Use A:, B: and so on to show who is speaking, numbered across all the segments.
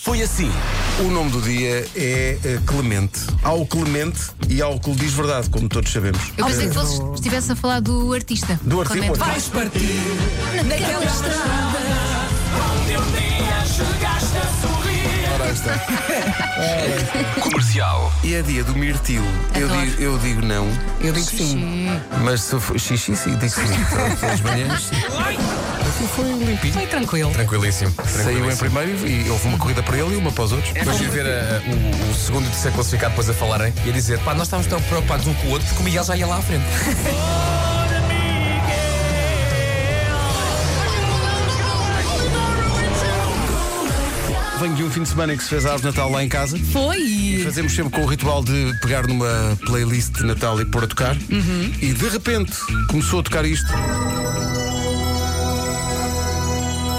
A: foi assim.
B: O nome do dia é eh, Clemente. Há o Clemente e há o que lhe diz verdade, como todos sabemos.
C: Eu pensei que fosse, estivesse a falar do artista.
B: Do artista,
C: Clemente.
B: o artista.
A: Vais partir naquela estrada. Onde um dia chegaste a sorrir.
B: Ora, aí está.
A: Comercial.
B: E é dia do mirtilo. Eu
C: Adoro.
B: digo, eu digo não,
D: Eu digo sim.
B: mas se for xixi, sim, digo sim. Todas as manhãs. Aquilo foi limpinho.
D: Foi tranquilo.
E: Tranquilíssimo.
B: Saiu em
E: tranquilíssimo.
B: primeiro e e houve uma corrida para ele e uma para os outros.
E: Depois de ver a- a- o, o segundo e terceiro classificado depois a falarem e a dizer, pá, nós estávamos tão preocupados um com o outro porque o Miguel já ia lá à frente.
B: Venho de um fim de semana em que se fez a árvore de Natal lá em casa.
D: Foi!
B: Fazemos sempre com o ritual de pegar numa playlist de Natal e pôr a tocar.
D: Uhum.
B: E de repente começou a tocar isto.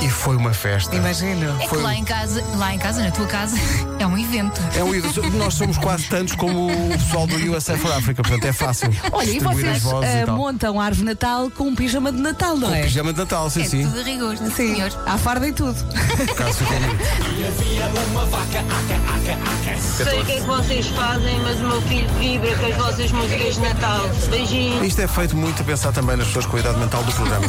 B: E foi uma festa.
D: Imagino.
C: É que
B: Foi-
C: lá em casa, lá em casa, na tua casa, é um evento.
B: É um ídolo. Nós somos quase tantos como o pessoal do USA for Africa, portanto é fácil.
D: Olha, e
B: distribuir as
D: vocês
B: vozes e
D: ah,
B: tal.
D: montam a árvore de natal com um pijama de Natal, não é?
B: Pijama de Natal, sim,
C: É
B: sim.
C: tudo a rigor, sim,
D: Sim,
C: senhor.
D: à farda e tudo.
B: Por acaso ficou lindo.
F: sei o que é que vocês fazem, mas o meu filho vibra com as vossas músicas de Natal. Beijinhos.
B: Isto é feito muito a pensar também nas pessoas com a idade mental do programa.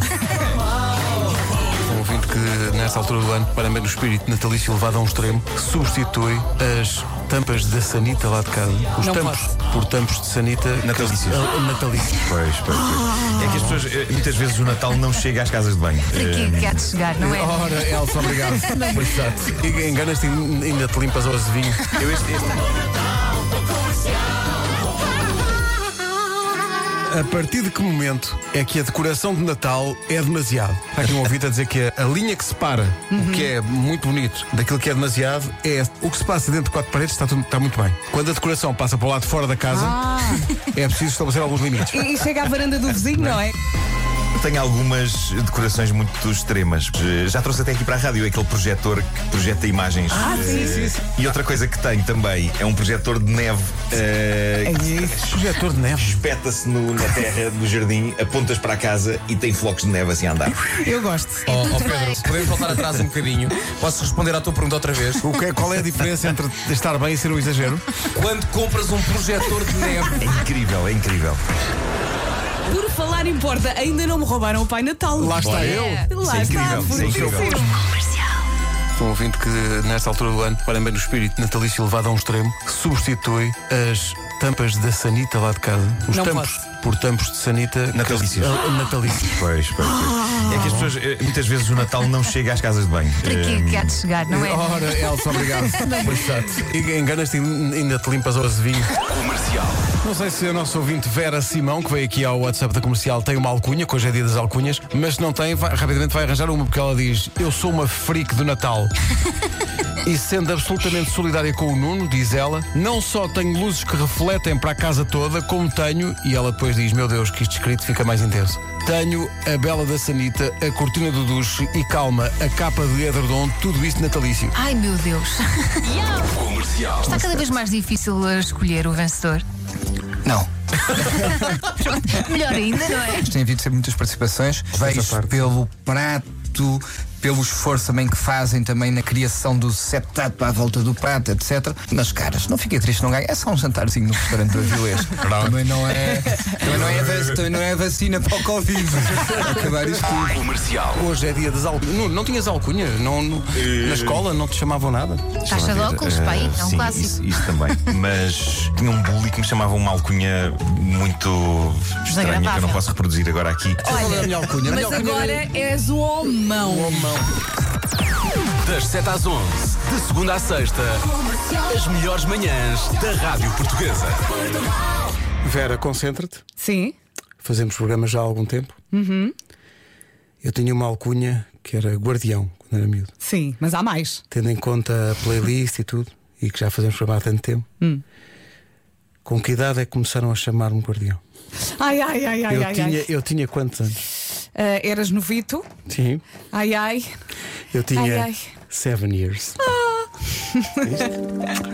B: Um ouvinte que, nesta altura do ano, para meio do espírito natalício elevado a um extremo, substitui as tampas da sanita lá de casa, os
D: Não
B: tampos, por tampos de sanita natalícios. natalícios.
G: Pois, pois, pois. É que as pessoas, eh, muitas vezes o Natal não chega às casas de banho.
C: Para
G: Eh,
C: que é que há de chegar, não é?
B: Ora, Elsa, obrigado. Exato. E Enganas-te e ainda te limpas aos vinhos.
G: eu este- este-
B: A partir de que momento é que a decoração de Natal é demasiado? Há aqui um ouvido a dizer que a, a linha que separa o que é muito bonito daquilo que é demasiado é o que se passa dentro de quatro paredes está, tudo- está muito bem. Quando a decoração passa para o lado de fora da casa, é preciso estabelecer alguns limites.
D: E, e chega à varanda do vizinho, não é?
G: Tenho algumas decorações muito extremas. Eh, Já trouxe até aqui para a rádio aquele projetor que projeta imagens. Ah, sim, sim, sim. E outra coisa que tenho também é um projetor de neve eh,
B: Projetor de neve.
G: espeta-se no- na terra do jardim, apontas para a casa e tem flocos de neve assim a andar.
D: Eu gosto.
E: Ó ó, Pedro, se podemos voltar atrás um bocadinho, posso responder à tua pergunta outra vez.
B: O que é- qual é a diferença entre estar bem e ser um exagero?
E: Quando compras um projetor de neve.
G: É incrível, é incrível.
D: Por falar em porta, ainda não me roubaram o Pai Natal.
B: Lá está eu.
G: Isso
D: Lá
G: é
D: está,
G: incrível, isso é incrível.
D: bonitíssimo.
B: Um ouvinte que, nesta altura do ano, para bem no espírito natalício elevado a um extremo, substitui as tampas da sanita lá de casa, os
D: Não
B: tampos,
D: posso.
B: por tampos de sanita
G: Natalícios.
B: Ah, natalícios.
G: Pois, pois, pois. É que as pessoas, eh, muitas vezes o Natal não chega às casas de banho.
C: Ah. Para que é
G: Eh,
C: que há de chegar, não é?
B: Ora, Elsa, obrigado. Obrigado. E enganas-te e ainda te limpas aos vinhos. Comercial. Não sei se o nosso ouvinte Vera Simão, que veio aqui ao WhatsApp da comercial, tem uma alcunha, que hoje é dia das alcunhas, mas se não tem, vai- rapidamente vai arranjar uma, porque ela diz: Eu sou uma freak do Natal. E sendo absolutamente solidária com o Nuno, diz ela, não só tenho luzes que refletem para a casa toda, como tenho, e ela depois diz, meu Deus, que isto escrito fica mais intenso. Tenho a bela da sanita, a cortina do duche e calma, a capa de edredom, tudo isto natalício.
C: Ai meu Deus. Está cada vez mais difícil a escolher o vencedor.
H: Não.
C: Melhor ainda, não é?
H: Tem havido sempre muitas participações. Vejo pelo prato, pelo esforço também que fazem também na criação do setup à volta do prato, etc. Mas, caras, não fiquei triste, não ganho. É só um jantarzinho no restaurante do Avilés. também, não é, também, não é, vac- também não é vacina para o Covid. Acabar isto tudo.
B: Hoje é dia das alcunhas. Nuno, não tinhas alcunha? Não, não- na escola não te chamavam nada?
C: Taxa de óculos,
G: Eh,
C: pai, é um
G: sim,
C: clássico.
G: Isso, isso também. Mas tinha um bully que me chamava uma alcunha muito estranha que eu
C: Desagradável.
G: não posso reproduzir agora aqui.
B: Qual era a minha alcunha? A minha
D: Mas
B: alcunha era-
D: agora és o homão.
A: Das 7 às 11, de segunda à sexta, as melhores manhãs da Rádio Portuguesa.
B: Vera, concentra-te.
D: Sim.
B: Fazemos programas já há algum tempo.
D: Uhum.
B: Eu tinha uma alcunha que era guardião, quando era miúdo.
D: Sim, mas há mais.
B: tendo em conta a playlist e tudo, e que já fazemos programa há tanto tempo,
D: Hum.
B: com que idade é que começaram a chamar-me Guardião?
D: Ai, ai, ai, ai,
B: eu,
D: ai.
B: tinha,
D: ai.
B: eu tinha quantos anos?
D: Ah, eras novito.
B: Sim.
D: Ai, ai.
B: Eu tinha
D: Ai, Ah. ai.
B: seven years. Isto.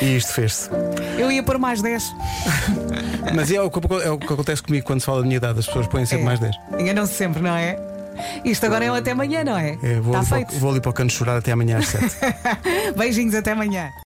B: E isto fez-se.
D: Eu ia pôr mais 10.
B: Mas é o, que, é o que acontece comigo quando se fala da minha idade, as pessoas põem sempre mais 10.
D: Enganam-se sempre, não é? Isto agora é um até amanhã, não é?
B: É, vou,
D: Está
B: ali para,
D: feito.
B: o- vou ali para o canto chorar até amanhã às 7.
D: Beijinhos, até amanhã.